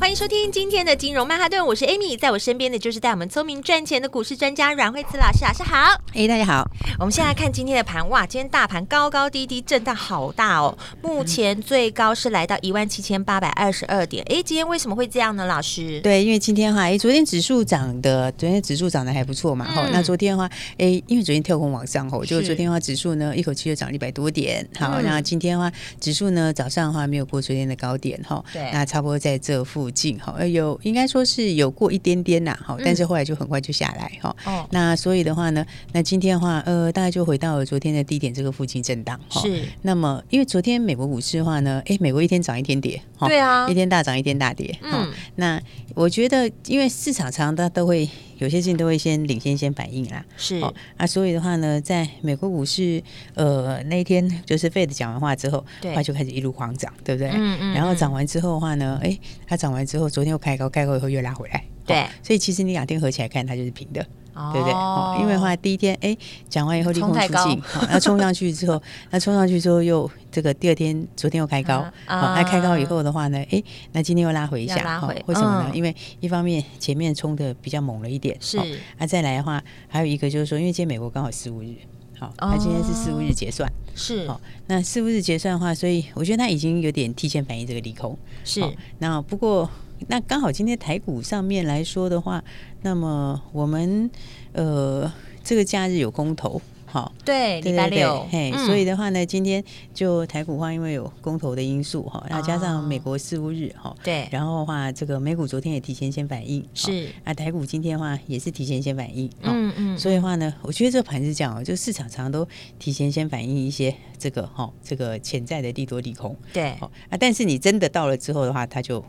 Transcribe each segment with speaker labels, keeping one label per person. Speaker 1: 欢迎收听今天的金融曼哈顿，我是 Amy，在我身边的就是带我们聪明赚钱的股市专家阮慧慈老师，老师好。
Speaker 2: 哎、大家好，
Speaker 1: 我们现在看今天的盘，哇，今天大盘高高低低，震荡好大哦。目前最高是来到一万七千八百二十二点，哎，今天为什么会这样呢？老师，
Speaker 2: 对，因为今天的话，哎、昨天指数涨的，昨天指数涨得还不错嘛，哈、
Speaker 1: 嗯
Speaker 2: 那昨天的话，哎、因为昨天跳空往上，吼，就是昨天的话，指数呢一口气就涨了一百多点，好，
Speaker 1: 嗯
Speaker 2: 那今天的话，指数呢早上的话没有过昨天的高点，哈，
Speaker 1: 对
Speaker 2: 那差不多在这附近，哈，呃有应该说是有过一点点啦，哈，但是后来就很快就下来，哈、
Speaker 1: 嗯哦，
Speaker 2: 那所以的话呢，那今天的话，呃，大概就回到了昨天的低点这个附近震荡，哈
Speaker 1: 是，
Speaker 2: 那么，因为昨天美国股市的话呢，诶，美国一天涨一天跌，哈
Speaker 1: 对啊
Speaker 2: 一天大涨一天大跌，哈
Speaker 1: 嗯
Speaker 2: 那我觉得，因为市场常常它都会有些事情都会先领先先反应啦，
Speaker 1: 是，
Speaker 2: 哦，啊，所以的话呢，在美国股市，呃，那一天就是 Fed 讲完话之后，
Speaker 1: 对
Speaker 2: 它就开始一路狂涨，对不对？
Speaker 1: 嗯嗯
Speaker 2: 然后
Speaker 1: 嗯
Speaker 2: 涨完之后的话呢，诶，它涨完之后，昨天又开高，开高以后又拉回来，
Speaker 1: 对
Speaker 2: 哦所以其实你两天合起来看，它就是平的。
Speaker 1: 哦
Speaker 2: 对不对？哦，因为的话第一天哎讲完以后利空
Speaker 1: 冲
Speaker 2: 出
Speaker 1: 太高
Speaker 2: 尽，好那冲上去之 后，那冲上去之后又这个第二天昨天又开高，好
Speaker 1: 啊，
Speaker 2: 那开高以后的话呢，哎，那今天又拉回一下
Speaker 1: 要，拉
Speaker 2: 好
Speaker 1: 回
Speaker 2: 为什么呢？
Speaker 1: 嗯
Speaker 2: 因为一方面前面冲的比较猛了一点，
Speaker 1: 是
Speaker 2: 好那再来的话，还有一个就是说，因为今天美国刚好十五日。好，那今天是四五日结算，
Speaker 1: 是
Speaker 2: 好、那四五日结算的话，所以我觉得它已经有点提前反映这个利空，
Speaker 1: 是
Speaker 2: 好，那不过那刚好今天台股上面来说的话，那么我们呃这个假日有公投，好。
Speaker 1: 对，哎礼
Speaker 2: 对
Speaker 1: 拜
Speaker 2: 对对
Speaker 1: 六，
Speaker 2: 嘿，
Speaker 1: 嗯
Speaker 2: 所以的话呢，今天就台股话，因为有公投的因素
Speaker 1: 啊
Speaker 2: 哈，那加上美国四五日哈，
Speaker 1: 嗯对
Speaker 2: 然后的话，这个美股昨天也提前先反应，
Speaker 1: 是
Speaker 2: 哈啊，台股今天的话也是提前先反应，哈
Speaker 1: 嗯嗯
Speaker 2: 所以的话呢，我觉得这盘是这样哦，就市场常常都提前先反映一些这个哈、这个潜在的利多利空，
Speaker 1: 对
Speaker 2: 哦啊，但是你真的到了之后的话，它就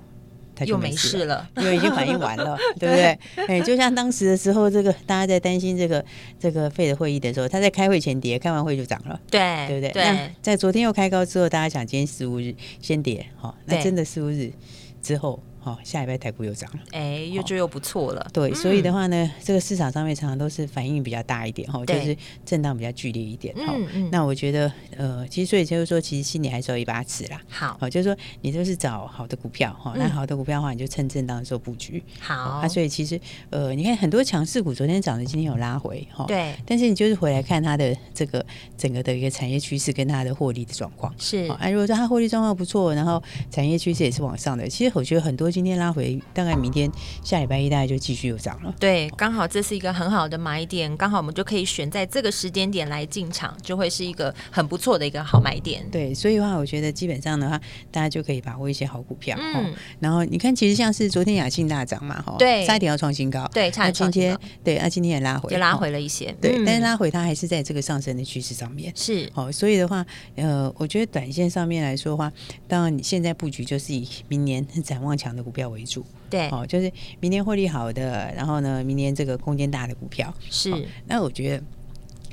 Speaker 2: 它就
Speaker 1: 又没事
Speaker 2: 了。
Speaker 1: 了，
Speaker 2: 因为已经反应 完了，对不对？哎，就像当时的时候，这个大家在担心这个这个费的会议的时候，他在开会前跌，开完会就涨了，
Speaker 1: 哎对
Speaker 2: 对不对？那
Speaker 1: 对，
Speaker 2: 在昨天又开高之后，大家想今天十五日先跌，好、那
Speaker 1: 对
Speaker 2: 真的十五日之后，好、下礼拜台股又涨了。
Speaker 1: 哎，又就又不错了，
Speaker 2: 对，所以的
Speaker 1: 嗯
Speaker 2: 话呢，这个市场上面常常都是反应比较大一点哈，就
Speaker 1: 对
Speaker 2: 是震荡比较剧烈一点哈
Speaker 1: 嗯嗯。
Speaker 2: 那我觉得呃，其实所以就是说，其实心里还是有一把尺啦。
Speaker 1: 好
Speaker 2: 好，就是说你就是找好的股票哈，那
Speaker 1: 嗯哦
Speaker 2: 好的股票的话，你就趁震荡的时候布局。
Speaker 1: 好
Speaker 2: 啊，，所以其实呃，你看很多强势股昨天涨的，今天有拉回哈。
Speaker 1: 对
Speaker 2: 但是你就是回来看它的这个整个的一个产业趋势跟它的获利的状况。
Speaker 1: 是
Speaker 2: 好，啊，如果说它获利状况不错，然后产业趋势也是往上的，其实我觉得很多今天拉回，大概明天下礼拜一大概就继续又涨了。
Speaker 1: 对，刚好这是一个很好的买点，刚好我们就可以选在这个时间点来进场，就会是一个很不错的一个好买点。
Speaker 2: 对，所以的话，我觉得基本上的话，大家就可以把握一些好股票。
Speaker 1: 嗯
Speaker 2: 嗯，然后你看，其实像是昨天雅信大涨嘛，哈，
Speaker 1: 对
Speaker 2: 差一点要创新高，
Speaker 1: 对差点
Speaker 2: 那今天
Speaker 1: 创
Speaker 2: 对，那今天也拉回，
Speaker 1: 就拉回
Speaker 2: 哦
Speaker 1: 了一些，
Speaker 2: 对，
Speaker 1: 嗯
Speaker 2: 但是拉回它还是在这个上升的趋势上面。
Speaker 1: 是
Speaker 2: 好、所以的话，呃，我觉得短线上面来说的话，当然你现在布局就是以明年 展望强的股票为主，
Speaker 1: 对，
Speaker 2: 哦，就是明年获利好的，然后呢，明年这个空间大的股票，
Speaker 1: 是
Speaker 2: 哦那我觉得。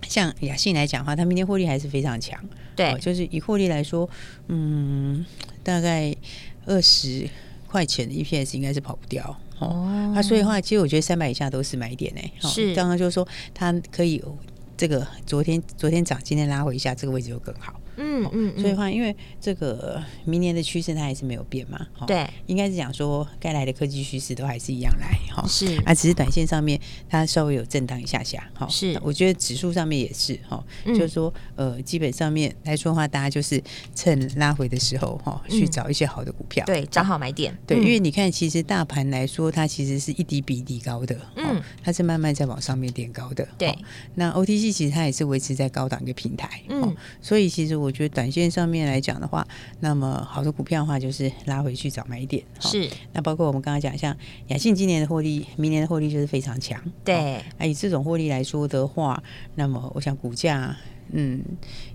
Speaker 2: 像雅信来讲的话，它明天获利还是非常强。
Speaker 1: 对
Speaker 2: 哦就是以获利来说，嗯，大概二十块钱的 EPS 应该是跑不掉哦。
Speaker 1: 哦
Speaker 2: 那、所以的话，其实我觉得三百以下都是买点呢、哦
Speaker 1: 是
Speaker 2: 刚刚就说它可以有这个昨天昨天涨，今天拉回一下，这个位置就更好。
Speaker 1: 嗯嗯，
Speaker 2: 所以的
Speaker 1: 嗯
Speaker 2: 话，因为这个明年的趋势它还是没有变嘛，哈
Speaker 1: 对，
Speaker 2: 应该是讲说该来的科技趋势都还是一样来，哈，
Speaker 1: 是
Speaker 2: 啊，只是短线上面它稍微有震荡一下下，哈，
Speaker 1: 是
Speaker 2: 那我觉得指数上面也是，哈，
Speaker 1: 嗯
Speaker 2: 就是说呃，基本上面来说的话，大家就是趁拉回的时候，哈，去
Speaker 1: 嗯
Speaker 2: 找一些好的股票，
Speaker 1: 对找好买点，
Speaker 2: 对，
Speaker 1: 嗯
Speaker 2: 因为你看，其实大盘来说，它其实是一低比一低高的，
Speaker 1: 嗯
Speaker 2: 哦，它是慢慢在往上面垫高的。
Speaker 1: 对
Speaker 2: 那 OTC 其实它也是维持在高档一个平台，
Speaker 1: 嗯
Speaker 2: 所以其实我觉得短线上面来讲的话，那么好的股票的话，就是拉回去找买点。哦
Speaker 1: 是，
Speaker 2: 那包括我们刚刚讲，像雅信今年的获利，明年的获利就是非常强。哦
Speaker 1: 对，
Speaker 2: 啊，以这种获利来说的话，那么我想股价，嗯，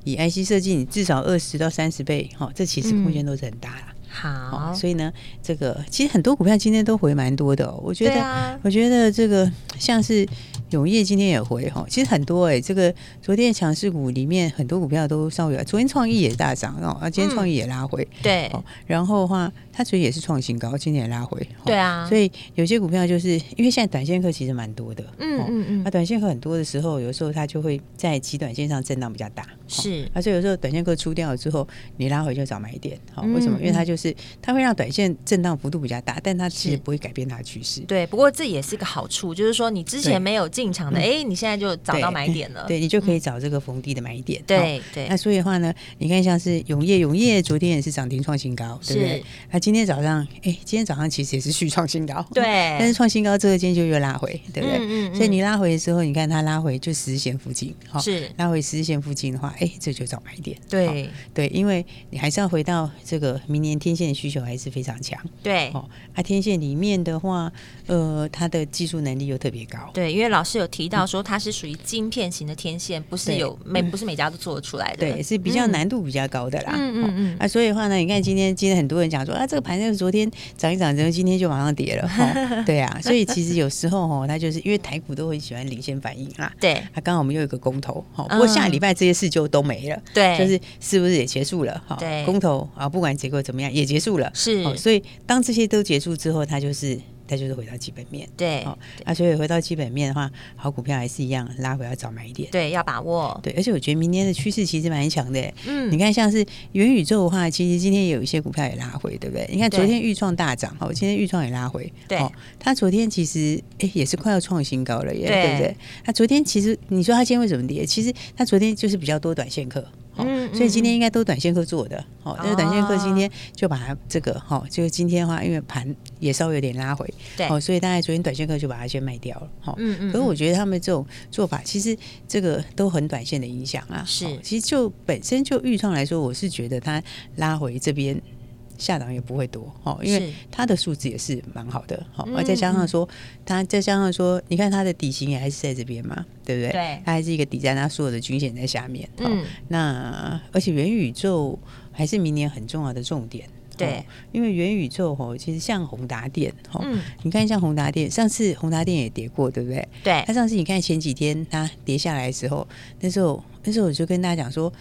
Speaker 2: 以 IC 设计，你至少二十到三十倍，哈、这其实空间都是很大啦。
Speaker 1: 好
Speaker 2: 好，，所以呢，这个其实很多股票今天都回蛮多的哦、我觉
Speaker 1: 对
Speaker 2: 得、
Speaker 1: 啊，
Speaker 2: 我觉得这个像是永业今天也回哈，其实很多哎、这个昨天强势股里面很多股票都稍微，昨天创意也大涨哦，啊，今天创意也拉回，
Speaker 1: 对
Speaker 2: 哦，然后的话，它其实也是创新高，今天也拉回，哦
Speaker 1: 对啊，
Speaker 2: 所以有些股票就是因为现在短线客其实蛮多的，
Speaker 1: 嗯
Speaker 2: 哦
Speaker 1: 嗯
Speaker 2: 那、
Speaker 1: 嗯，
Speaker 2: 短线客很多的时候，有时候它就会在极短线上震荡比较大，哦
Speaker 1: 是
Speaker 2: 而且有时候短线客出掉了之后，你拉回就找买点，好、
Speaker 1: 嗯
Speaker 2: 为什么？因为它
Speaker 1: 嗯
Speaker 2: 就是它会让短线震荡幅度比较大，但它其实
Speaker 1: 是
Speaker 2: 不会改变它的趋势。
Speaker 1: 对。不过这也是个好处，就是说你之前
Speaker 2: 对嗯
Speaker 1: 没有进场的，哎，你现在就找
Speaker 2: 对
Speaker 1: 到买点了。嗯
Speaker 2: 对你就可以找这个逢低的买点。好。
Speaker 1: 对对
Speaker 2: 那所以的话呢，你看像是永业，永业昨天也是涨停创新高，对不对
Speaker 1: 是？
Speaker 2: 那今天早上，哎，今天早上其实也是续创新高，
Speaker 1: 对
Speaker 2: 但是创新高之后，今天就又拉回，对不对？
Speaker 1: 嗯嗯嗯
Speaker 2: 所以你拉回的时候，你看它拉回就十日线附近，好
Speaker 1: 是
Speaker 2: 拉回十日线附近的话，哎，这就找买点。好
Speaker 1: 对
Speaker 2: 对，因为你还是要回到这个明年天线的需求还是非常强
Speaker 1: 对
Speaker 2: 哦。啊，天线里面的话，呃，它的技术能力又特别高，
Speaker 1: 对，因为老师有提到说它是属于晶片型的天线，不是
Speaker 2: 嗯对嗯
Speaker 1: 有每不是每家都做得出来的。
Speaker 2: 对，是比较难度比较高的啦。
Speaker 1: 嗯嗯
Speaker 2: 哦
Speaker 1: 嗯
Speaker 2: 啊，所以的话呢，你看今天今天很多人讲说啊，这个盘就是昨天涨一涨，然后今天就马上跌了。 哦、对啊，所以其实有时候哦，它就是因为台股都很喜欢领先反应啦。
Speaker 1: 对
Speaker 2: 啊，刚好我们又有一个公投，好、
Speaker 1: 嗯
Speaker 2: 不过下礼拜这些事就都没了，
Speaker 1: 对，
Speaker 2: 就是是不是也结束了？哈、
Speaker 1: 对
Speaker 2: 公投啊，不管结果怎么样也结束了。
Speaker 1: 是
Speaker 2: 哦，所以当这些都结束之后，它就是它就是回到基本面。
Speaker 1: 对
Speaker 2: 哦，啊，所以回到基本面的话，好股票还是一样拉回要早买一点。
Speaker 1: 对，要把握。
Speaker 2: 对，而且我觉得明天的趋势其实蛮强的耶。
Speaker 1: 嗯
Speaker 2: 你看像是元宇宙的话，其实今天也有一些股票也拉回，对不对？你看
Speaker 1: 对
Speaker 2: 昨天豫创大涨，哦，今天豫创也拉回，
Speaker 1: 对
Speaker 2: 哦，它昨天其实哎也是快要创新高了耶，
Speaker 1: 对
Speaker 2: 对不对？它昨天其实你说它今天为什么跌？其实它昨天就是比较多短线客。哦
Speaker 1: 嗯嗯
Speaker 2: 所以今天应该都短线客做的，哦，但是短线客今天就把它这个，哈、哦，就是今天的话，因为盘也稍微有点拉回，
Speaker 1: 对
Speaker 2: 哦，所以大概昨天短线客就把它先卖掉了，哈、哦，
Speaker 1: 嗯嗯
Speaker 2: 可是我觉得他们这种做法，其实这个都很短线的影响啊。
Speaker 1: 是
Speaker 2: 哦其实就本身就预创来说，我是觉得它拉回这边下档也不会多哦，
Speaker 1: 嗯
Speaker 2: 因
Speaker 1: 是
Speaker 2: 为它的数值也是蛮好的哦
Speaker 1: 嗯，
Speaker 2: 而再加上说它再加上说，你看它的底型也还是在这边嘛，对不对？
Speaker 1: 对
Speaker 2: 它还是一个底在它所有的均线在下面。哦
Speaker 1: 嗯，
Speaker 2: 那而且元宇宙还是明年很重要的重点。
Speaker 1: 对
Speaker 2: 哦，因为元宇宙哦，其实像宏达电哦，
Speaker 1: 嗯
Speaker 2: 你看像宏达电，上次宏达电也跌过，对不对？
Speaker 1: 对
Speaker 2: 它上次你看前几天它跌下来的时候，那时候那时候我就跟大家讲说，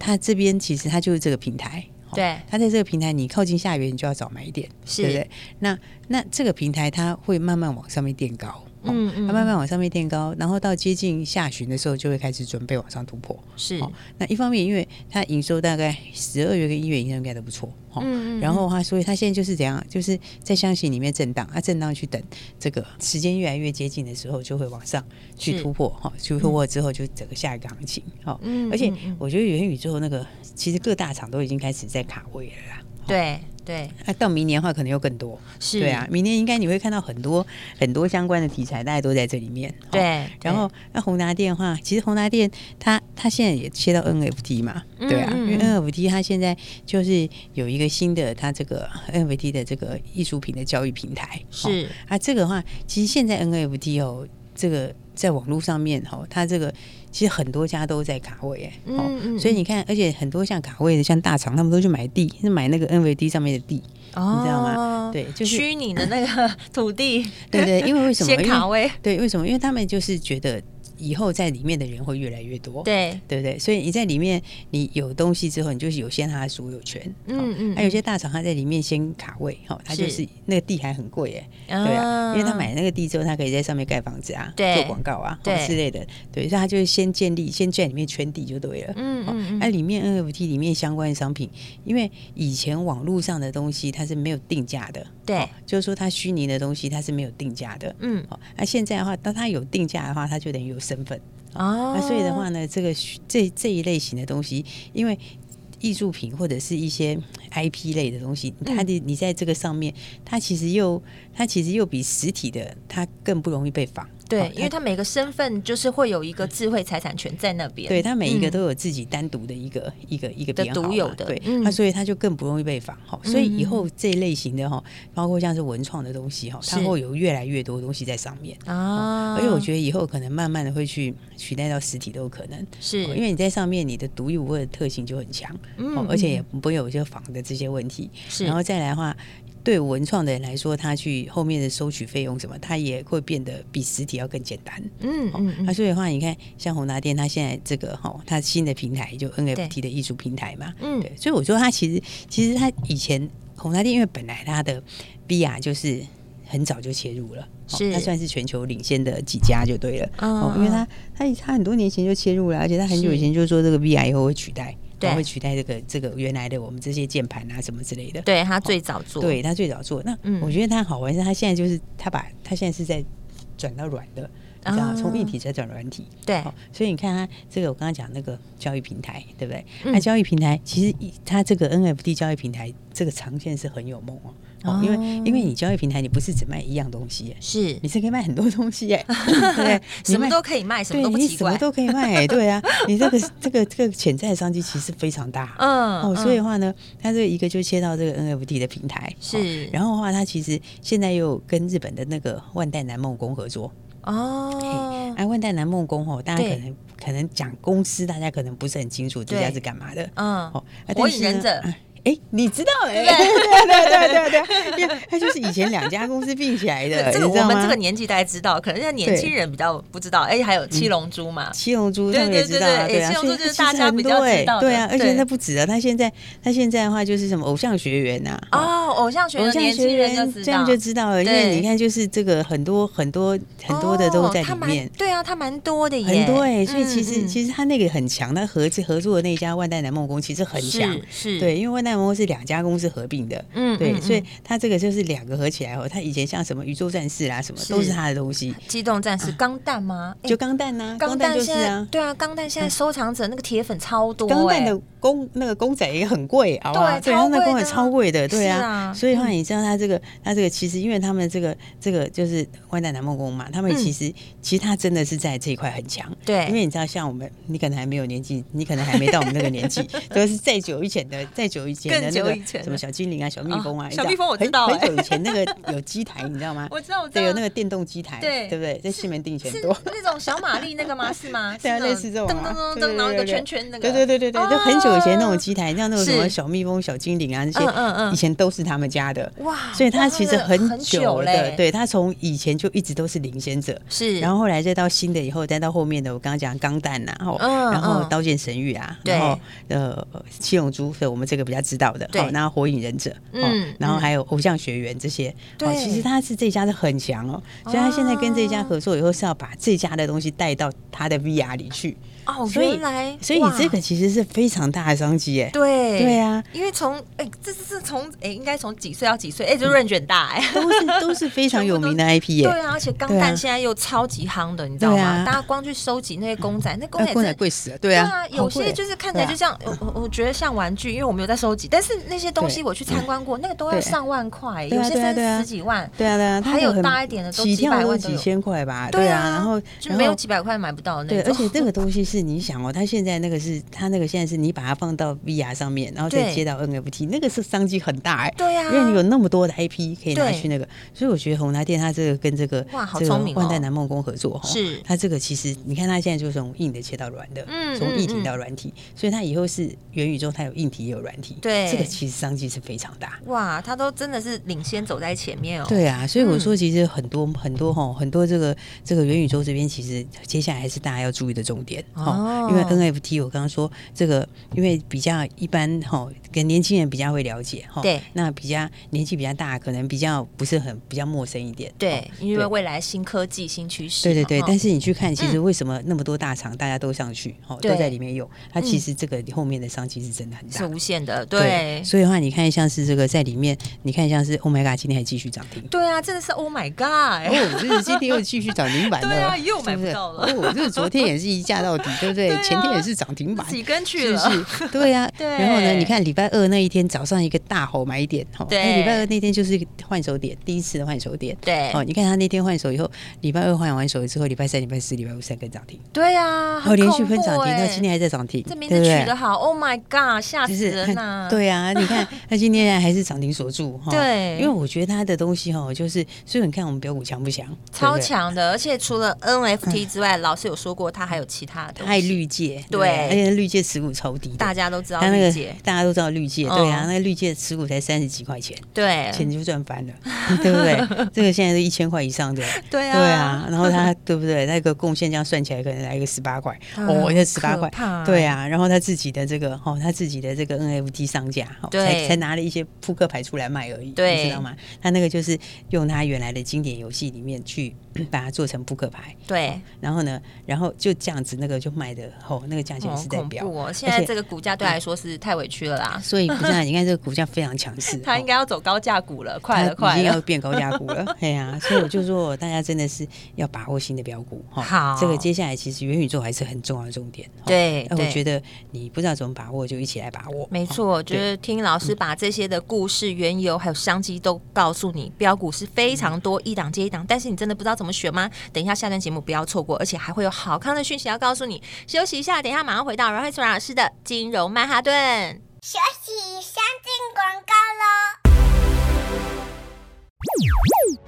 Speaker 2: 它这边其实它就是这个平台。哦
Speaker 1: 对
Speaker 2: 它在这个平台，你靠近下缘，你就要找买点，
Speaker 1: 哎是
Speaker 2: 对不对？那那这个平台它会慢慢往上面垫高，哦
Speaker 1: 嗯嗯
Speaker 2: 它慢慢往上面垫高，然后到接近下旬的时候，就会开始准备往上突破。
Speaker 1: 嗯是
Speaker 2: 哦，那一方面因为它营收大概十二月跟一月营收应该都不错，哦，
Speaker 1: 嗯嗯
Speaker 2: 然后它所以它现在就是怎样，就是在箱型里面震荡，啊它震荡去等这个时间越来越接近的时候，就会往上去
Speaker 1: 是
Speaker 2: 突破，哈、哦，去突破之后就整个下一个行情，哈、哦，
Speaker 1: 嗯
Speaker 2: 而且
Speaker 1: 嗯嗯
Speaker 2: 我觉得元宇宙那个其实各大厂都已经开始在卡位了啦，
Speaker 1: 对对
Speaker 2: 那、到明年的话可能又更多，
Speaker 1: 是，
Speaker 2: 对啊，明年应该你会看到很多很多相关的题材，大家都在这里面，哦
Speaker 1: 对，
Speaker 2: 然后那宏达电的话，其实宏达电它它现在也切到 NFT 嘛，对啊，
Speaker 1: 嗯嗯
Speaker 2: 因为 NFT 它现在就是有一个新的它这个 NFT 的这个艺术品的交易平台，哦
Speaker 1: 是
Speaker 2: 啊，这个的话其实现在 NFT 哦，这个在网络上面哦，它这个其实很多家都在卡位哎，哦
Speaker 1: 嗯嗯
Speaker 2: 所以你看，而且很多像卡位的像大厂，他们都去买地，是买那个 NFT 上面的地，
Speaker 1: 哦
Speaker 2: 你知道吗对就是
Speaker 1: 虚拟的那个土地，
Speaker 2: 对对，因为 为什么？
Speaker 1: 先
Speaker 2: 因
Speaker 1: 卡
Speaker 2: 为
Speaker 1: 位，
Speaker 2: 对，为什么？因为他们就是觉得以后在里面的人会越来越多，
Speaker 1: 对
Speaker 2: 对不对？所以你在里面，你有东西之后，你就是有先它的所有权。
Speaker 1: 嗯
Speaker 2: 哦
Speaker 1: 嗯
Speaker 2: 还有些大厂它在里面先卡位，哈、哦，它就是是那个地还很贵耶，
Speaker 1: 嗯
Speaker 2: 对啊，因为他买那个地之后，他可以在上面盖房子啊，
Speaker 1: 对
Speaker 2: 做广告啊，哦
Speaker 1: 对
Speaker 2: 之类的，对，所以他就是先建立，先在里面圈地就对了。
Speaker 1: 嗯
Speaker 2: 哦
Speaker 1: 嗯嗯
Speaker 2: 那、里面 NFT 里面相关的商品，因为以前网络上的东西它是没有定价的，
Speaker 1: 对
Speaker 2: 哦就是说它虚拟的东西它是没有定价的，
Speaker 1: 嗯
Speaker 2: 哦，那、现在的话，当它有定价的话，它就等于有身份，
Speaker 1: 哦
Speaker 2: 啊那所以的话呢，这个需这这一类型的东西，因为艺术品或者是一些 IP 类的东西，
Speaker 1: 嗯
Speaker 2: 它的你在这个上面，它其实又它其实又比实体的它更不容易被仿。
Speaker 1: 对
Speaker 2: 哦，
Speaker 1: 因为它每个身份就是会有一个智慧财产权在那边，
Speaker 2: 对它每一个
Speaker 1: 嗯
Speaker 2: 都有自己单独的一个、一个一个
Speaker 1: 的
Speaker 2: 编号
Speaker 1: 独
Speaker 2: 嘛
Speaker 1: 有的
Speaker 2: 对，
Speaker 1: 嗯
Speaker 2: 那、所以它就更不容易被仿哈。所以以后这一类型的哈，包括像是文创的东西哈，它
Speaker 1: 是
Speaker 2: 会有越来越多东西在上面。
Speaker 1: 啊，
Speaker 2: 而且我觉得以后可能慢慢的会去取代到实体都有可能，
Speaker 1: 得是，
Speaker 2: 哦因为你在上面你的独一无二的特性就很强，哦
Speaker 1: 嗯
Speaker 2: 而且也不会有一些仿的这些问题。
Speaker 1: 是，
Speaker 2: 然后再来的话，对文创的人来说，他去后面的收取费用什么，他也会变得比实体要更简单。
Speaker 1: 嗯
Speaker 2: 哦
Speaker 1: 嗯，
Speaker 2: 那、
Speaker 1: 嗯
Speaker 2: 所以的话，你看像宏达店，它现在这个哈、哦，它新的平台就 NFT 的艺术平台嘛，
Speaker 1: 嗯
Speaker 2: 对，所以我说它其实其实它以前宏达店，因为本来它的 VR 就是很早就切入了，哦
Speaker 1: 是
Speaker 2: 它算是全球领先的几家就对了，
Speaker 1: 嗯
Speaker 2: 哦，因为它它它很多年前就切入了，而且它很久
Speaker 1: 是
Speaker 2: 以前就说这个 VR 以后会取代，
Speaker 1: 对
Speaker 2: 会取代这个这个原来的我们这些键盘啊什么之类的，
Speaker 1: 对他最早做，
Speaker 2: 对他最早做。那
Speaker 1: 嗯
Speaker 2: 我觉得他好玩是，他现在就是他把他现在是在转到软的，你知道吗，
Speaker 1: 啊
Speaker 2: 从硬体再转软体。
Speaker 1: 对
Speaker 2: 好，所以你看他这个，我刚刚讲那个交易平台，对不对？
Speaker 1: 嗯
Speaker 2: 那、交易平台其实以它这个 NFT 交易平台这个长线是很有梦哦。哦，因为
Speaker 1: 哦
Speaker 2: 因为你交易平台，你不是只卖一样东西耶，
Speaker 1: 是
Speaker 2: 你是可以卖很多东西 耶，对不对？你
Speaker 1: 什么
Speaker 2: 卖
Speaker 1: 都可以卖，什么
Speaker 2: 对
Speaker 1: 都不
Speaker 2: 你
Speaker 1: 奇
Speaker 2: 什么
Speaker 1: 怪，
Speaker 2: 都可以卖、对啊，你这个这个这个潜在的商机其实非常大，
Speaker 1: 嗯
Speaker 2: 哦，所
Speaker 1: 嗯
Speaker 2: 以的话呢，它这一个就切到这个 NFT 的平台，
Speaker 1: 是
Speaker 2: 哦然后的话，它其实现在又有跟日本的那个万代南梦宫合作，
Speaker 1: 嗯哦，
Speaker 2: 哎，万代南梦宫哦，大家
Speaker 1: 对
Speaker 2: 可能可能讲公司，大家可能不是很清楚这
Speaker 1: 对
Speaker 2: 家是干嘛的，
Speaker 1: 嗯
Speaker 2: 哦，啊
Speaker 1: 火
Speaker 2: 但
Speaker 1: 影
Speaker 2: 是呢
Speaker 1: 忍者
Speaker 2: 啊哎、你知道哎、
Speaker 1: 对
Speaker 2: 对对对对对，因为它就是以前两家公司并起来 的，
Speaker 1: 这个
Speaker 2: 你
Speaker 1: 我
Speaker 2: 知道
Speaker 1: 们
Speaker 2: 吗
Speaker 1: 这个年纪大家知道，可能现在年
Speaker 2: 对嗯
Speaker 1: 轻人比较不知道。哎，还有七龙珠嘛，
Speaker 2: 七龙珠
Speaker 1: 对
Speaker 2: 他们也
Speaker 1: 对对
Speaker 2: 知道啊，
Speaker 1: 对
Speaker 2: 对
Speaker 1: 哎
Speaker 2: 啊，
Speaker 1: 七龙珠
Speaker 2: 所以
Speaker 1: 就是
Speaker 2: 其实
Speaker 1: 大家
Speaker 2: 很
Speaker 1: 比较
Speaker 2: 多
Speaker 1: 知
Speaker 2: 哎
Speaker 1: 道的
Speaker 2: 对啊，而且
Speaker 1: 对
Speaker 2: 他不止啊，他现在他现在的话就是什么偶像学员呐，哦
Speaker 1: 哦，偶像学
Speaker 2: 偶
Speaker 1: 的
Speaker 2: 像
Speaker 1: 年
Speaker 2: 学
Speaker 1: 轻人就
Speaker 2: 员
Speaker 1: 知道，
Speaker 2: 这样就知道了，因为
Speaker 1: 对
Speaker 2: 你看就是这个很多很多很多的都在
Speaker 1: 哦它
Speaker 2: 里
Speaker 1: 蛮
Speaker 2: 面。
Speaker 1: 对啊，他蛮多的耶，
Speaker 2: 很多哎、所以其实、
Speaker 1: 嗯嗯
Speaker 2: 其实他那个很强，他合合作的那家万代南梦宫其实很强，
Speaker 1: 是是，
Speaker 2: 对，因为万代南梦宫是两家公司合并的，
Speaker 1: 嗯
Speaker 2: 对，
Speaker 1: 嗯嗯
Speaker 2: 所以他这个就是两个合起来哦，他以前像什么宇宙战士啦、什么
Speaker 1: 是
Speaker 2: 都是他的东西，
Speaker 1: 机动战士钢弹吗？哎
Speaker 2: 啊就钢弹呐、
Speaker 1: 钢
Speaker 2: 弹就是
Speaker 1: 现在
Speaker 2: 啊，
Speaker 1: 对啊，钢弹现在收藏者那个铁粉超多，
Speaker 2: 钢弹
Speaker 1: 哎
Speaker 2: 的公那个公仔也很贵，好不好？
Speaker 1: 对超
Speaker 2: 它那
Speaker 1: 贵
Speaker 2: 公仔
Speaker 1: 的
Speaker 2: 超贵的，对
Speaker 1: 是
Speaker 2: 啊。
Speaker 1: 啊
Speaker 2: 所以的话，你知道它这个，它这个其实因为他们这个这个就是万代南梦宫嘛，他们
Speaker 1: 嗯
Speaker 2: 其实、其实它真的是在这一块很强。
Speaker 1: 对
Speaker 2: 因为你知道，像我们，你可能还没有年纪，你可能还没到我们那个年 纪，都是再久以前的，再久以前的
Speaker 1: 更
Speaker 2: 那
Speaker 1: 久
Speaker 2: 个
Speaker 1: 以前的
Speaker 2: 什么小精灵啊、小蜜蜂啊，
Speaker 1: 哦
Speaker 2: 你知道
Speaker 1: 小蜜蜂我知道
Speaker 2: 很
Speaker 1: 哎
Speaker 2: 很久以前那个有机台，你知道吗？
Speaker 1: 我知道我知道
Speaker 2: 对，有那个电动机台，
Speaker 1: 对
Speaker 2: 对不对？在西门町以前
Speaker 1: 是
Speaker 2: 多。
Speaker 1: 那种小玛丽那个 吗？是吗？
Speaker 2: 对啊，
Speaker 1: 是那
Speaker 2: 类似这种
Speaker 1: 噔
Speaker 2: 啊，
Speaker 1: 噔噔噔，
Speaker 2: 对对
Speaker 1: 然后一个
Speaker 2: 对对
Speaker 1: 圈圈那个，哦
Speaker 2: 对对对对对，就很久以前那种机台，像那种什么
Speaker 1: 是
Speaker 2: 小蜜蜂、小精灵啊，那
Speaker 1: 嗯嗯
Speaker 2: 些
Speaker 1: 嗯
Speaker 2: 以前都是他们家的。
Speaker 1: 哇，
Speaker 2: 所以他
Speaker 1: 哇
Speaker 2: 其实很久的，
Speaker 1: 嘞，
Speaker 2: 对他从以前就一直都是领先者，
Speaker 1: 是，
Speaker 2: 然后后来再到新的以后，再到后面的我刚刚讲钢弹呐，然后
Speaker 1: 嗯
Speaker 2: 然后
Speaker 1: 嗯
Speaker 2: 刀剑神域啊，
Speaker 1: 对
Speaker 2: 然后呃七龙珠，所以我们这个比较知道的，
Speaker 1: 对
Speaker 2: 好然后火影忍者，哦
Speaker 1: 嗯
Speaker 2: 然后
Speaker 1: 嗯
Speaker 2: 还有偶像学员这些，哦
Speaker 1: 对
Speaker 2: 其实他是这家是很强哦，所以他现在跟这家合作以后是要把这家的东西带到他的 VR 里去，
Speaker 1: 哦，
Speaker 2: 所以
Speaker 1: 原来，
Speaker 2: 所以
Speaker 1: 哇
Speaker 2: 这个其实是非常大的商机耶。
Speaker 1: 对
Speaker 2: 对啊，
Speaker 1: 因为从哎、这是是从哎、应该从几岁到几岁？哎、这 range 很大哎、
Speaker 2: 都是都是嗯 非常有名的 IP 耶。
Speaker 1: 对啊，而且钢
Speaker 2: 对啊
Speaker 1: 弹现在又超级夯的，你知道
Speaker 2: 对
Speaker 1: 吗？
Speaker 2: 啊
Speaker 1: 大家光去收集那些公仔，那公
Speaker 2: 啊
Speaker 1: 仔
Speaker 2: 公
Speaker 1: 真
Speaker 2: 仔
Speaker 1: 的
Speaker 2: 贵死了，对
Speaker 1: 对
Speaker 2: 啊，
Speaker 1: 啊，
Speaker 2: 好
Speaker 1: 有
Speaker 2: 贵
Speaker 1: 些就是看起来就像、呃我我觉得像玩具，因为我没有在收集，但是那些东西
Speaker 2: 对
Speaker 1: 我去参观过，那个都要
Speaker 2: 对
Speaker 1: 上万块，
Speaker 2: 对啊
Speaker 1: 有些
Speaker 2: 对啊
Speaker 1: 甚
Speaker 2: 对啊
Speaker 1: 至十几万，
Speaker 2: 对啊对啊，它
Speaker 1: 还有
Speaker 2: 很
Speaker 1: 大一点的都
Speaker 2: 起
Speaker 1: 几百
Speaker 2: 跳都
Speaker 1: 万都
Speaker 2: 几
Speaker 1: 有
Speaker 2: 千块吧，
Speaker 1: 对
Speaker 2: 对
Speaker 1: 啊
Speaker 2: 啊，然后
Speaker 1: 就
Speaker 2: 然
Speaker 1: 没有
Speaker 2: 后
Speaker 1: 几百块买不到的
Speaker 2: 对，
Speaker 1: 那
Speaker 2: 而
Speaker 1: 种。
Speaker 2: 且这个东西是你想哦，它现在那个是它那个现在是你把它放到 VR 上面，然后再
Speaker 1: 对
Speaker 2: 接到 NFT，那个是商机很大哎。
Speaker 1: 对
Speaker 2: 因为你有
Speaker 1: 啊，
Speaker 2: 那么多的 IP 可以拿
Speaker 1: 对
Speaker 2: 去那个，所以我觉得红茶店它这个跟这个
Speaker 1: 哇好
Speaker 2: 这个
Speaker 1: 聪明哦
Speaker 2: 万代南梦宫合作哈，
Speaker 1: 是
Speaker 2: 它这个其实你看它现在就是从硬的切到软的，
Speaker 1: 嗯
Speaker 2: 从
Speaker 1: 嗯
Speaker 2: 硬体
Speaker 1: 嗯
Speaker 2: 到软体，所以它以后是元宇宙，它有硬体也有软体，
Speaker 1: 对
Speaker 2: 这个其实商机是非常大。
Speaker 1: 哇，他都真的是领先走在前面哦。
Speaker 2: 对啊，所以我说其实很多、很多哈，很多这个这个元宇宙这边，其实接下来是大家要注意的重点齁
Speaker 1: 哦
Speaker 2: 因为 NFT 我刚刚说这个，因为比较一般哈，齁跟年轻人比较会了解哈，齁
Speaker 1: 对，
Speaker 2: 那比较年纪比较大，可能比较不是很比较陌生一点，齁
Speaker 1: 对，哦因为
Speaker 2: 哦对
Speaker 1: 未来新科技、新趋势嘛。
Speaker 2: 对对对，
Speaker 1: 哈
Speaker 2: 但是你去看，其实为什么那么多大厂大家都上去，哦，
Speaker 1: 嗯
Speaker 2: 都
Speaker 1: 对
Speaker 2: 在里面用？它
Speaker 1: 嗯
Speaker 2: 其实这个后面的商机是真的很
Speaker 1: 是
Speaker 2: 大。
Speaker 1: 无限的，对。
Speaker 2: 所以的话，你看像是这个在里面，你看像是 Oh my God，今天还继续涨停，
Speaker 1: 对啊，真的是 Oh my God！
Speaker 2: 哦，就是今天又继续涨停板了，
Speaker 1: 对啊又买
Speaker 2: 是
Speaker 1: 不
Speaker 2: 是
Speaker 1: 到了
Speaker 2: 哦，就是昨天也是一价到底，对不对？
Speaker 1: 对啊
Speaker 2: 前天也是涨停板
Speaker 1: 自。己跟去
Speaker 2: 是不
Speaker 1: 了，
Speaker 2: 哦是？对呀、
Speaker 1: 对
Speaker 2: 然后呢，你看礼拜二那一天早上一个大吼买点哈，
Speaker 1: 对
Speaker 2: 哎礼拜二那天就是一个换手点，第一次的换手点。
Speaker 1: 对
Speaker 2: 哦，你看他那天换手以后，礼拜二换完手之后，礼拜三、礼拜四、礼拜五三根涨停，
Speaker 1: 对啊，
Speaker 2: 然后
Speaker 1: 很
Speaker 2: 连续
Speaker 1: 恐
Speaker 2: 分
Speaker 1: 怖
Speaker 2: 涨停，
Speaker 1: 欸
Speaker 2: 到今天还在涨停，
Speaker 1: 这名
Speaker 2: 对
Speaker 1: 字
Speaker 2: 不对
Speaker 1: 取得好，Oh my God，吓
Speaker 2: 就
Speaker 1: 死
Speaker 2: 是
Speaker 1: 人呐！
Speaker 2: 对啊，你 看他今天还是涨停锁住哈。
Speaker 1: 对
Speaker 2: 因为我觉得他的东西哈，就是所以你看我们标股强不强？
Speaker 1: 超
Speaker 2: 对不对。
Speaker 1: 强的，而且除了
Speaker 2: 嗯
Speaker 1: NFT 之外，老师有说过他还有其他的东
Speaker 2: 爱
Speaker 1: 西，
Speaker 2: 绿界，
Speaker 1: 对
Speaker 2: 不而且绿界持股超低的，
Speaker 1: 大家都知道
Speaker 2: 他那
Speaker 1: 理
Speaker 2: 个
Speaker 1: 解，
Speaker 2: 大家都知道绿界，
Speaker 1: 嗯
Speaker 2: 对啊，那绿界持股才三十几块钱，
Speaker 1: 对
Speaker 2: 钱就赚翻了， 对 不对？这个现在都一千块以上的，
Speaker 1: 对
Speaker 2: 对
Speaker 1: 啊，
Speaker 2: 啊，然后它对不对？那个贡献这样算起来，可能来个十八块，
Speaker 1: 啊
Speaker 2: 哦，那十八
Speaker 1: 可
Speaker 2: 块
Speaker 1: 怕，欸
Speaker 2: 对啊，然后他自己的这个哦，他自己的这个 NFT 上架，哦
Speaker 1: 对
Speaker 2: 才才拿了一些扑克牌出来卖而已，
Speaker 1: 对
Speaker 2: 你知道吗？他那个就是用他原来的经典游戏里面去把它做成扑克牌，
Speaker 1: 对，
Speaker 2: 然后呢，然后就这样子，那个就卖的哦，那个价钱
Speaker 1: 好
Speaker 2: 是在
Speaker 1: 恐
Speaker 2: 飙，
Speaker 1: 怖哦！现
Speaker 2: 而
Speaker 1: 在
Speaker 2: 且
Speaker 1: 这个股价对来说是太委屈了啦，
Speaker 2: 所以不是啊，你看这个股价非常强 势，哦
Speaker 1: 他应该要走高价股了，快了，
Speaker 2: 它已
Speaker 1: 快
Speaker 2: 经 要
Speaker 1: 了，
Speaker 2: 变高价股了，哎呀、所以我就说大家真的是要把握新的标股哈。
Speaker 1: 好
Speaker 2: 这个接下来其实元宇宙还是很重要的重点。哈
Speaker 1: 对
Speaker 2: 那
Speaker 1: 对
Speaker 2: 我觉得你不知道怎么把握，就一起来把握。
Speaker 1: 没
Speaker 2: 哈
Speaker 1: 错，就是听老师把这些的故事、缘由还有商机都告诉你。标股是非常多，一档接一档，但是你真的不知道怎么选吗？等一下下段节目不要错过，而且还会有好康的讯息要告诉你。休息一下，等一下马上回到阮慧慈老师的金融曼哈顿。
Speaker 3: 学习先进广告喽。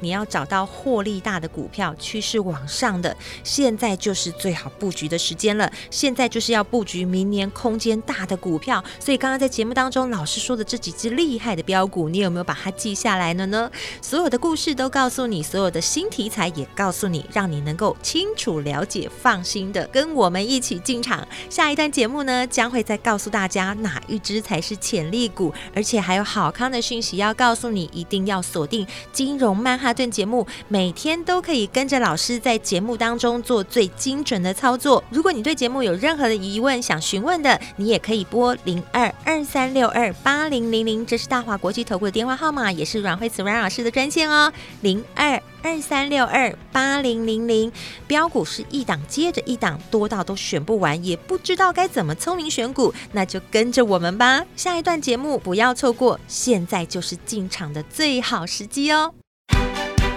Speaker 1: 你要找到获利大的股票，趋势往上的，现在就是最好布局的时间了。现在就是要布局明年空间大的股票。所以刚刚在节目当中，老师说的这几只厉害的标股，你有没有把它记下来了呢？所有的故事都告诉你，所有的新题材也告诉你，让你能够清楚了解，放心的跟我们一起进场。下一段节目呢，将会再告诉大家哪一只才是潜力股，而且还有好康的讯息要告诉你，一定要锁定金融曼哈顿节目，每天都可以跟着老师在节目当中做最精准的操作。如果你对节目有任何的疑问想询问的，你也可以拨零二二三六二八零零零，这是大华国际投顾的电话号码，也是阮慧慈阮老师的专线哦，零二二三六二八零零零。标股是一档接着一档，多到都选不完，也不知道该怎么聪明选股，那就跟着我们吧。下一段节目不要错过，现在就是进场的最好时机哦。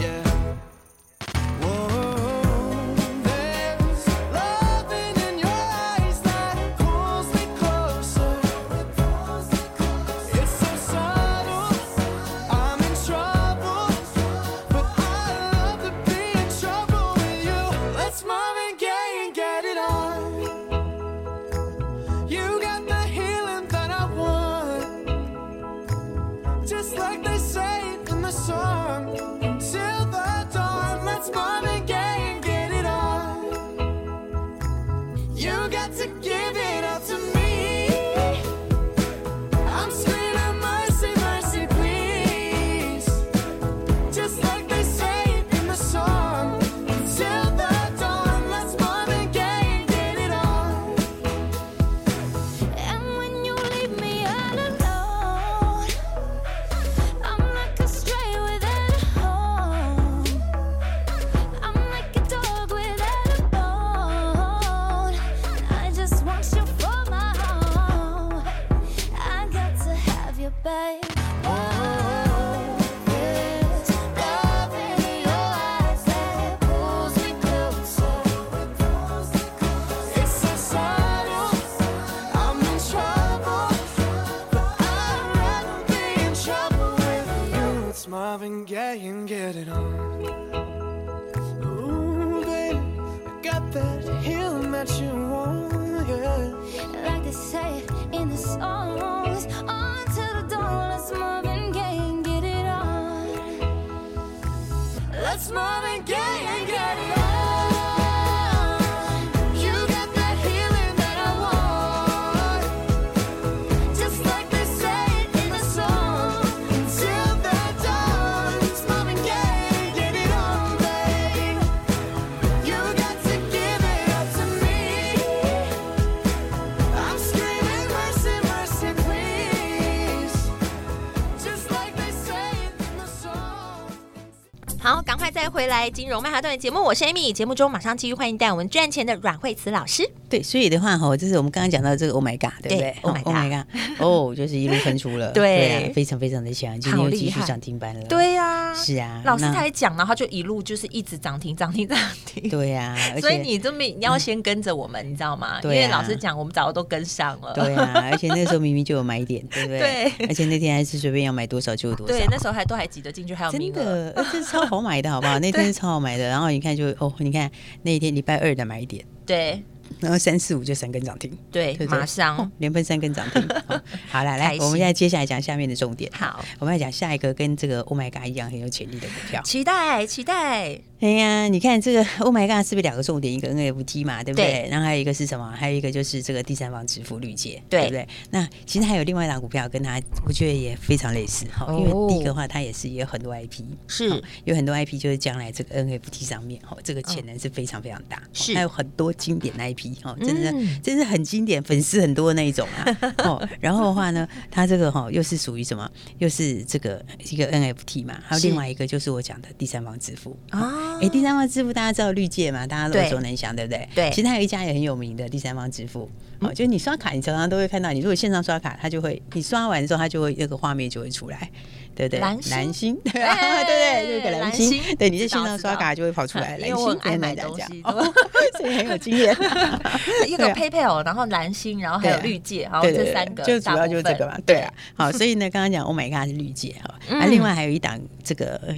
Speaker 4: Yeah. There's loving in your eyes that pulls me closer. It's so subtle. I'm in trouble, but I love to be in trouble with you. Let's mom and gay and get it on. You got the healing that I want, just like they say in the song. Marvin Gaye and get it on. Ooh, baby, I got that healing that you want, yeah.
Speaker 5: like they say in the songs. On till the dawn, let's Marvin Gaye and get it on. Let's Marvin Gaye and get it on. You got that healing that I want, just like they say it in the song. Until the dawn, let's Marvin Gaye, get it on, babe. You got to give it up to me. I'm screaming mercy, mercy, please. Just like they say in the song.
Speaker 1: 好，赶快再回来金融曼哈顿的节目，我是 Amy。节目中马上继续欢迎带我们赚钱的阮慧慈老师。
Speaker 2: 对，所以的话哈，就是我们刚刚讲到这个 Oh my God，对
Speaker 1: 对
Speaker 2: 不对
Speaker 1: Oh my
Speaker 2: Oh my God，哦，就是一路分出 了，
Speaker 1: 对
Speaker 2: 啊，非常非常的强，今天
Speaker 1: 好
Speaker 2: 又
Speaker 1: 厉
Speaker 2: 继续
Speaker 1: 害
Speaker 2: 涨停板了，
Speaker 1: 对呀、
Speaker 2: 是啊，
Speaker 1: 老师
Speaker 2: 那
Speaker 1: 才讲，然后就一路就是一直涨停，涨停，涨 停。
Speaker 2: 对呀，而
Speaker 1: 所以
Speaker 2: 且
Speaker 1: 你这么你要先跟着我们，你知道吗？
Speaker 2: 对
Speaker 1: 因
Speaker 2: 啊
Speaker 1: 为老师讲，我们早就都跟上 了。
Speaker 2: 对啊，而且那时候明明就有买点，对不对？
Speaker 1: 对
Speaker 2: 而且那天还是随便要买多少就有多少。
Speaker 1: 对那时候还都还挤得进去，还有
Speaker 2: 真
Speaker 1: 名额。
Speaker 2: 的，呃这是超好买的，好 不好？那天是超好买的，然后你看就哦，你看那一天礼拜二的买点，
Speaker 1: 对
Speaker 2: 然后三四五就三根 涨停，
Speaker 1: 对
Speaker 2: 对不对
Speaker 1: 马上、
Speaker 2: 哦连喷三根涨停。好好啦，
Speaker 1: 开
Speaker 2: 来，
Speaker 1: 心
Speaker 2: 我们现在接下来讲下面的重点。
Speaker 1: 好，
Speaker 2: 我们要讲下一个跟这个 Oh my God 一样很有潜力的股票。
Speaker 1: 期待期待。
Speaker 2: 哎呀，你看这个 Oh my God 是不是两个重点？一个 NFT 嘛，对不对？
Speaker 1: 对
Speaker 2: 然后还有一个是什么？还有一个就是这个第三方支付绿界，
Speaker 1: 对
Speaker 2: 不对？那其实还有另外一档股票跟它，我觉得也非常类似哈，
Speaker 1: 哦嗯
Speaker 2: 因为第一个的话，它也是也有很多 IP，
Speaker 1: 是
Speaker 2: 哦有很多 IP 就是将来这个 NFT 上面哈，这个潜能是非常非常大，
Speaker 1: 是
Speaker 2: 还有很多经典 IP 哈，真的
Speaker 1: 哦嗯
Speaker 2: 真是很经典，粉丝很多那一种 啊。哦，然后的话呢，它这个哈又是属于什么？又是这个一个 NFT 嘛，还有
Speaker 1: 是
Speaker 2: 另外一个就是我讲的第三方支付
Speaker 1: 啊
Speaker 2: 哎、第三方支付大家知道绿界嘛，大家都
Speaker 1: 对
Speaker 2: 耳熟能详，对不对？
Speaker 1: 对嗯
Speaker 2: 其实它有一家也很有名的第三方支付，哦，就是你刷卡，你常常都会看到，你如果线上刷卡，它就会你刷完之后，它就会那个画面就会出来。对不对？
Speaker 1: 蓝星
Speaker 2: 蓝星， 对
Speaker 1: 哎
Speaker 2: 啊，对对，就个蓝
Speaker 1: 蓝星
Speaker 2: 星，对，你在
Speaker 1: 知道
Speaker 2: 线上刷卡就会跑出来。
Speaker 1: 知道
Speaker 2: 蓝
Speaker 1: 因为
Speaker 2: 星，
Speaker 1: 我很爱
Speaker 2: 跟
Speaker 1: 买
Speaker 2: 大家
Speaker 1: 东
Speaker 2: 讲
Speaker 1: 西
Speaker 2: 哦所以很有经验。
Speaker 1: 一个
Speaker 2: 对啊
Speaker 1: 配配偶，然后蓝星，然后还有
Speaker 2: 对啊
Speaker 1: 绿界，然后
Speaker 2: 对对
Speaker 1: 这
Speaker 2: 对
Speaker 1: 三个
Speaker 2: 就主
Speaker 1: 大
Speaker 2: 要
Speaker 1: 部
Speaker 2: 就是
Speaker 1: 分
Speaker 2: 这个嘛，对啊。好，所以呢，刚刚讲 Oh my God 是绿界哈，那、
Speaker 1: 嗯
Speaker 2: 另外还有一档这个。呃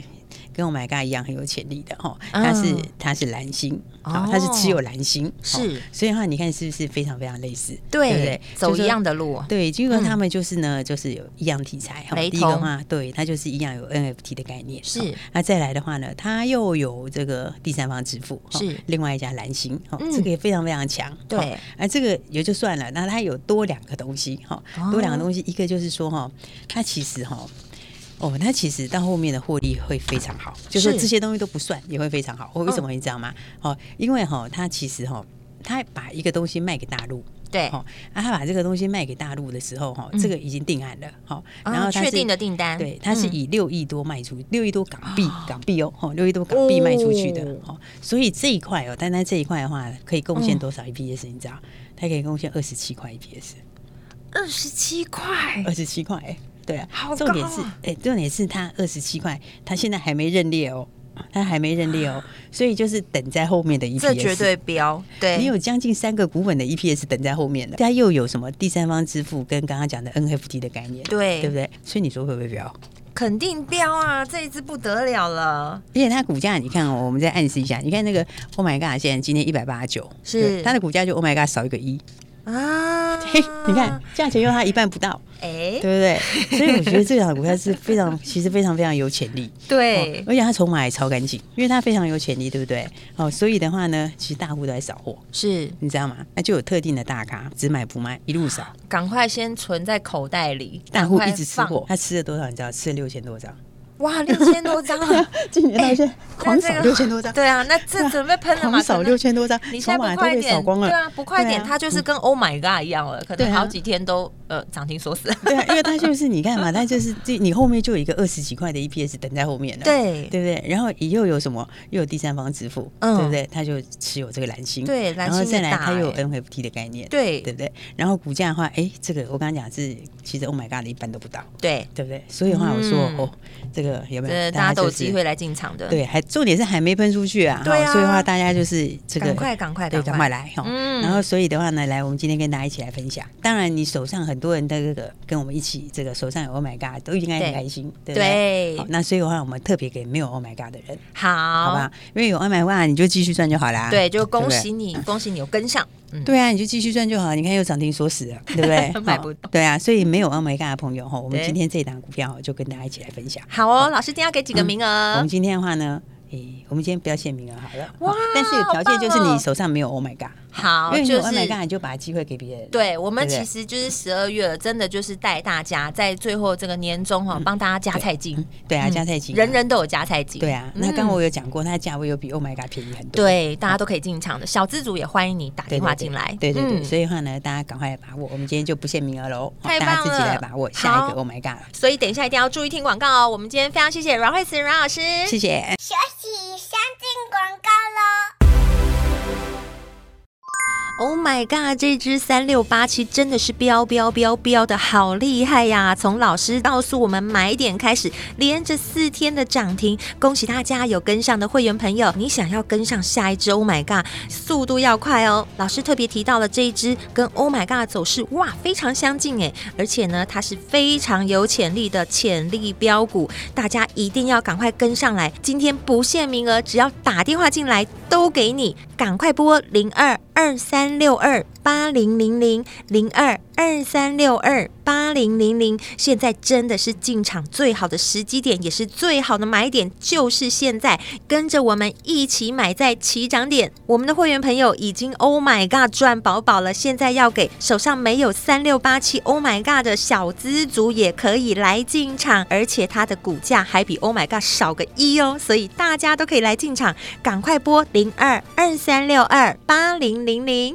Speaker 2: 跟 Oh My God 一样很有潜力的哈，它是、
Speaker 1: 嗯
Speaker 2: 它是蓝星，
Speaker 1: 哦
Speaker 2: 啊，它是只有蓝星，哦
Speaker 1: 是
Speaker 2: 所以的话你看是不是非常非常类似，对不
Speaker 1: 对
Speaker 2: 对？
Speaker 1: 走一样
Speaker 2: 的。
Speaker 1: 的路，
Speaker 2: 对，结果他们就是呢，就是有一样题材哈。
Speaker 1: 哦雷
Speaker 2: 第一个
Speaker 1: 同
Speaker 2: 话，对，它就是一样有 NFT 的概念。
Speaker 1: 是
Speaker 2: 哦那再来的话呢，它又有这个第三方支付，哦
Speaker 1: 是
Speaker 2: 另外一家蓝星，哦
Speaker 1: 嗯
Speaker 2: 这个也非常非常强。
Speaker 1: 对
Speaker 2: 哦啊，这个也就算了，那它有多两个东西哈
Speaker 1: 哦，
Speaker 2: 多两个东西，一个就是说哈，它其实哈。哦，它其实到后面的获利会非常好，就是说
Speaker 1: 是嗯
Speaker 2: 这些东西都不算也会非常好。为什么你知道吗？哦，因为哈、它其实哈、它把一个东西卖给大陆，
Speaker 1: 对
Speaker 2: 哦，啊，他把这个东西卖给大陆的时候，哈、
Speaker 1: 哎嗯
Speaker 2: 这个已经定案了，好、
Speaker 1: 啊
Speaker 2: 然后它是
Speaker 1: 确定的订单
Speaker 2: 对，它是
Speaker 1: 嗯
Speaker 2: 以六亿多卖出，六亿多港币，港币哦，哈，六亿多港币卖出去的，哦，所以这一块哦，单单这一块的话，可以贡
Speaker 1: 嗯
Speaker 2: 献多少 EPS？、你知道，它可以贡献二十七块 EPS，
Speaker 1: 哎二十七块
Speaker 2: 二十七块，哎对啊，
Speaker 1: 好
Speaker 2: 重点
Speaker 1: 高啊
Speaker 2: 是，哎、重点是它二十七块，它现在还没认列哦，它还没认列哦，所以就是等在后面的 E EPS，
Speaker 1: 这绝对标，对，
Speaker 2: 你有将近三个股本的 EPS 等在后面了，它又有什么第三方支付跟刚刚讲的 NFT 的概念，
Speaker 1: 对
Speaker 2: 对不对？所以你说会不会标？
Speaker 1: 肯定标啊，这一次不得了了，
Speaker 2: 而且它股价，你看哦，我们再暗示一下，你看那个 Oh my God，现在今天一百八十九，
Speaker 1: 是
Speaker 2: 对它的股价就 Oh my God 少一个一，
Speaker 1: 啊，
Speaker 2: 嘿，你看，价钱又它一半不到，
Speaker 1: 哎
Speaker 2: 对，不对？所以我觉得这档股票是非常， 其实非常非常有潜力。哦
Speaker 1: 对，
Speaker 2: 而且它筹码也超干净，因为它非常有潜力，对不对？哦，所以的话呢，其实大户都在扫货，
Speaker 1: 是，
Speaker 2: 你知道吗？那就有特定的大咖，只买不卖，一路扫。
Speaker 1: 赶快先存在口袋里，
Speaker 2: 大户
Speaker 1: 赶
Speaker 2: 一
Speaker 1: 快
Speaker 2: 直吃
Speaker 1: 放
Speaker 2: 货，，他吃了多少？你知道？吃了六千多张，
Speaker 1: 哇，六千多张啊，
Speaker 2: 今年到现在 狂
Speaker 1: 那
Speaker 2: 扫
Speaker 1: 这个
Speaker 2: 六千多张，
Speaker 1: 对啊，那这准备 喷了嘛？
Speaker 2: 狂扫
Speaker 1: 可能
Speaker 2: 六千多张，
Speaker 1: 你
Speaker 2: 筹
Speaker 1: 现在
Speaker 2: 码
Speaker 1: 不
Speaker 2: 都
Speaker 1: 快
Speaker 2: 被扫
Speaker 1: 点，
Speaker 2: 光了，
Speaker 1: 对啊，不快点，
Speaker 2: 对啊
Speaker 1: 它就是跟 Oh my God 一样了，可
Speaker 2: 对
Speaker 1: 能
Speaker 2: 啊
Speaker 1: 好几天都呃涨停锁死。
Speaker 2: 对啊，因为它就是你看嘛，它就是这你后面就有一个二十几块的 EPS 等在后面了，
Speaker 1: 对
Speaker 2: 对不对？然后又有什么？又有第三方支付，
Speaker 1: 嗯
Speaker 2: 对不对？它就持有这个蓝星，
Speaker 1: 对蓝
Speaker 2: 然
Speaker 1: 星
Speaker 2: 后再
Speaker 1: 也
Speaker 2: 来
Speaker 1: 大
Speaker 2: 它又有
Speaker 1: 欸
Speaker 2: NFT 的概念，
Speaker 1: 对
Speaker 2: 对不对？然后股价的话，哎，这个我刚刚讲是其实 Oh my God 的一半都不到，
Speaker 1: 对，
Speaker 2: 对不对？所以的话，我说、
Speaker 1: 嗯
Speaker 2: 哦，这个的，有没有？
Speaker 1: 这大家都有
Speaker 2: 就是
Speaker 1: 机会来进场的，，
Speaker 2: 对，还重点是还没喷出去啊，
Speaker 1: 对啊
Speaker 2: 所以的话大家就是这个
Speaker 1: 赶快赶快
Speaker 2: 对，赶快
Speaker 1: 快，
Speaker 2: 来哈。
Speaker 1: 嗯
Speaker 2: 然后所以的话呢，来我们今天跟大家一起来分享。当然，你手上很多人的这个跟我们一起这个手上有 Oh my God 都应该
Speaker 1: 对
Speaker 2: 很开心，对不对？
Speaker 1: 对
Speaker 2: 好，，那所以的话，我们特别给没有 Oh my God 的人，好
Speaker 1: 好
Speaker 2: 吧，？因为有 Oh my God 你就继续赚就好啦。
Speaker 1: 对，就
Speaker 2: 不
Speaker 1: 恭
Speaker 2: 对
Speaker 1: 喜你，恭喜你有跟上，嗯，
Speaker 2: 对啊，你就继续赚就好。你看又涨停锁死
Speaker 1: ？
Speaker 2: 了，对不对
Speaker 1: 买不
Speaker 2: 好对啊，所以没有 Oh my God 的朋友哈，我们
Speaker 1: 对
Speaker 2: 今天这档股票就跟大家一起来分享。
Speaker 1: 好哦，老师今天要给几个名
Speaker 2: 我
Speaker 1: 额
Speaker 2: 们？今天的话呢，诶，我们今天不要限名额好了。
Speaker 1: 哇
Speaker 2: 好但是有条件就是
Speaker 1: 好棒哦
Speaker 2: 你手上没有 Oh my God，
Speaker 1: 好，
Speaker 2: 因为你
Speaker 1: 就
Speaker 2: 有 Oh
Speaker 1: 是
Speaker 2: my God 你就把机会给别人。
Speaker 1: 对我们
Speaker 2: 对不
Speaker 1: 其
Speaker 2: 对
Speaker 1: 实就是十二月真的就是带大家在最后这个年终哈，帮大家加菜金，
Speaker 2: 嗯对啊，
Speaker 1: 嗯
Speaker 2: 加在一起，
Speaker 1: 人人都有加菜金，
Speaker 2: 对啊。那
Speaker 1: 嗯
Speaker 2: 刚刚我有讲过，它的价位又比 Oh my God 便宜很多。
Speaker 1: 对大家都可以进场的，小资主也欢迎你打
Speaker 2: 对。对
Speaker 1: 电话进来，
Speaker 2: 对对对，
Speaker 1: 嗯
Speaker 2: 所以的话呢，大家赶快来把握，我们今天就不限名额喽，好
Speaker 1: 太
Speaker 2: 大家
Speaker 1: 棒
Speaker 2: 自己来
Speaker 1: 了
Speaker 2: 把握下一
Speaker 1: 好
Speaker 2: 个 Oh my God 了，
Speaker 1: 所以等一下一定要注意听广告哦。我们今天非常谢谢阮慧慈阮老师，
Speaker 2: 谢谢。
Speaker 3: 休息一下，进广告喽。
Speaker 1: Oh my god！这只三六八七真的是飙飙飙飙的好厉害呀！从老师告诉我们买点开始，连着四天的涨停，恭喜大家有跟上的会员朋友，你想要跟上下一只 Oh my god，速度要快哦！老师特别提到了这一只跟 Oh my god 的走势哇非常相近哎，而且呢它是非常有潜力的潜力标股，大家一定要赶快跟上来，今天不限名额，只要打电话进来都给你，赶快拨零二二三六二八零零零零二二三六二八零零零。现在真的是进场最好的时机点，也是最好的买点，就是现在，跟着我们一起买在起涨点。我们的会员朋友已经 Oh my God 赚饱饱了，现在要给手上没有三六八七 Oh my God 的小资族也可以来进场，而且它的股价还比 Oh my God 少个一哦，所以大家都可以来进场，赶快拨零二二三六二八零零零。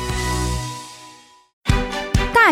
Speaker 6: 大